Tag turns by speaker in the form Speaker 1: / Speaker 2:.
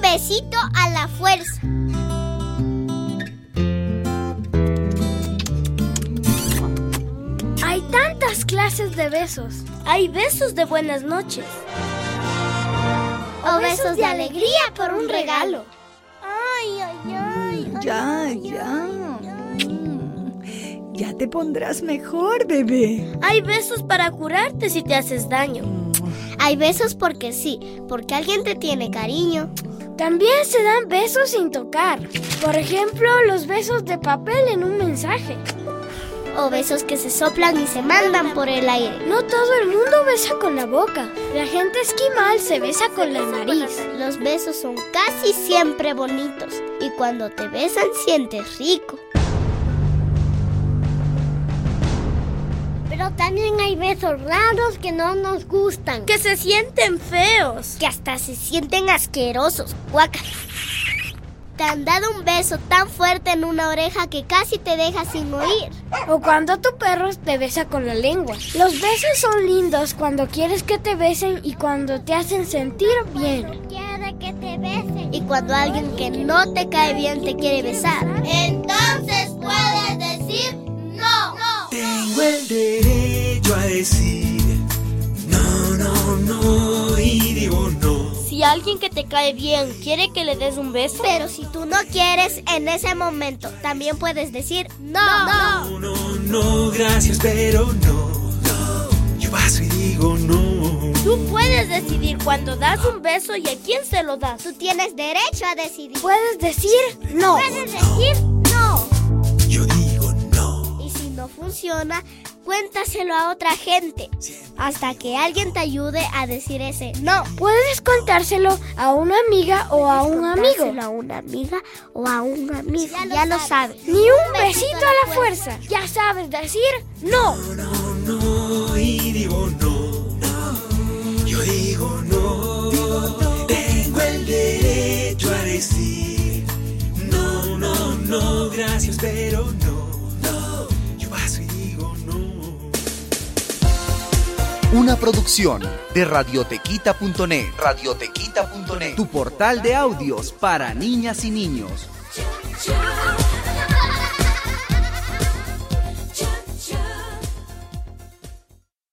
Speaker 1: besito a la fuerza.
Speaker 2: Hay tantas clases de besos. Hay besos de buenas noches.
Speaker 1: O besos de alegría por un regalo.
Speaker 2: Ay, ay, ay.
Speaker 3: Ya, ya. Mm. Ya te pondrás mejor, bebé.
Speaker 2: Hay besos para curarte si te haces daño.
Speaker 1: Hay besos porque sí, porque alguien te tiene cariño.
Speaker 2: También se dan besos sin tocar. Por ejemplo, los besos de papel en un mensaje.
Speaker 1: O besos que se soplan y se mandan por el aire.
Speaker 2: No todo el mundo besa con la boca. La gente esquimal se besa con la nariz.
Speaker 1: Los besos son casi siempre bonitos y cuando te besan sientes rico.
Speaker 4: Pero también hay besos raros que no nos gustan,
Speaker 2: Que se sienten feos.
Speaker 1: que hasta se sienten asquerosos. Guaca. Te han dado un beso tan fuerte en una oreja que casi te deja sin oír.
Speaker 2: O cuando tu perro te besa con la lengua. Los besos son lindos cuando quieres que te besen y cuando te hacen sentir bien.
Speaker 4: quiere que te besen.
Speaker 1: Y cuando alguien que no te cae bien te quiere besar. Entonces puedes decir no.
Speaker 5: Tengo el derecho a decir no, no, no y digo no.
Speaker 2: Si alguien que te cae bien quiere que le des un beso,
Speaker 1: Pero si tú no quieres en ese momento, también puedes decir no. no.
Speaker 5: No, no, no, gracias, pero no. No, yo paso y digo no.
Speaker 2: tú puedes decidir cuándo das un beso y a quién se lo das.
Speaker 1: Tú tienes derecho a decidir.
Speaker 2: Puedes decir Oh, no.
Speaker 1: Puedes decir no.
Speaker 5: Yo digo no.
Speaker 1: Y si no funciona, cuéntaselo a otra gente. Hasta que alguien te ayude a decir ese no.
Speaker 2: Puedes contárselo a una amiga o a un amigo.
Speaker 1: Contárselo a una amiga o a un amigo. Ya, lo sabes.
Speaker 2: Ni un besito a la fuerza. Ya sabes decir no.
Speaker 5: No, no, no y digo no. No, yo digo no. Tengo el derecho a decir no, no, no, gracias, pero no. No, yo paso y digo no.
Speaker 6: Una producción de radiotequita.net, radiotequita.net, tu portal de audios para niñas y niños.
Speaker 5: Chao.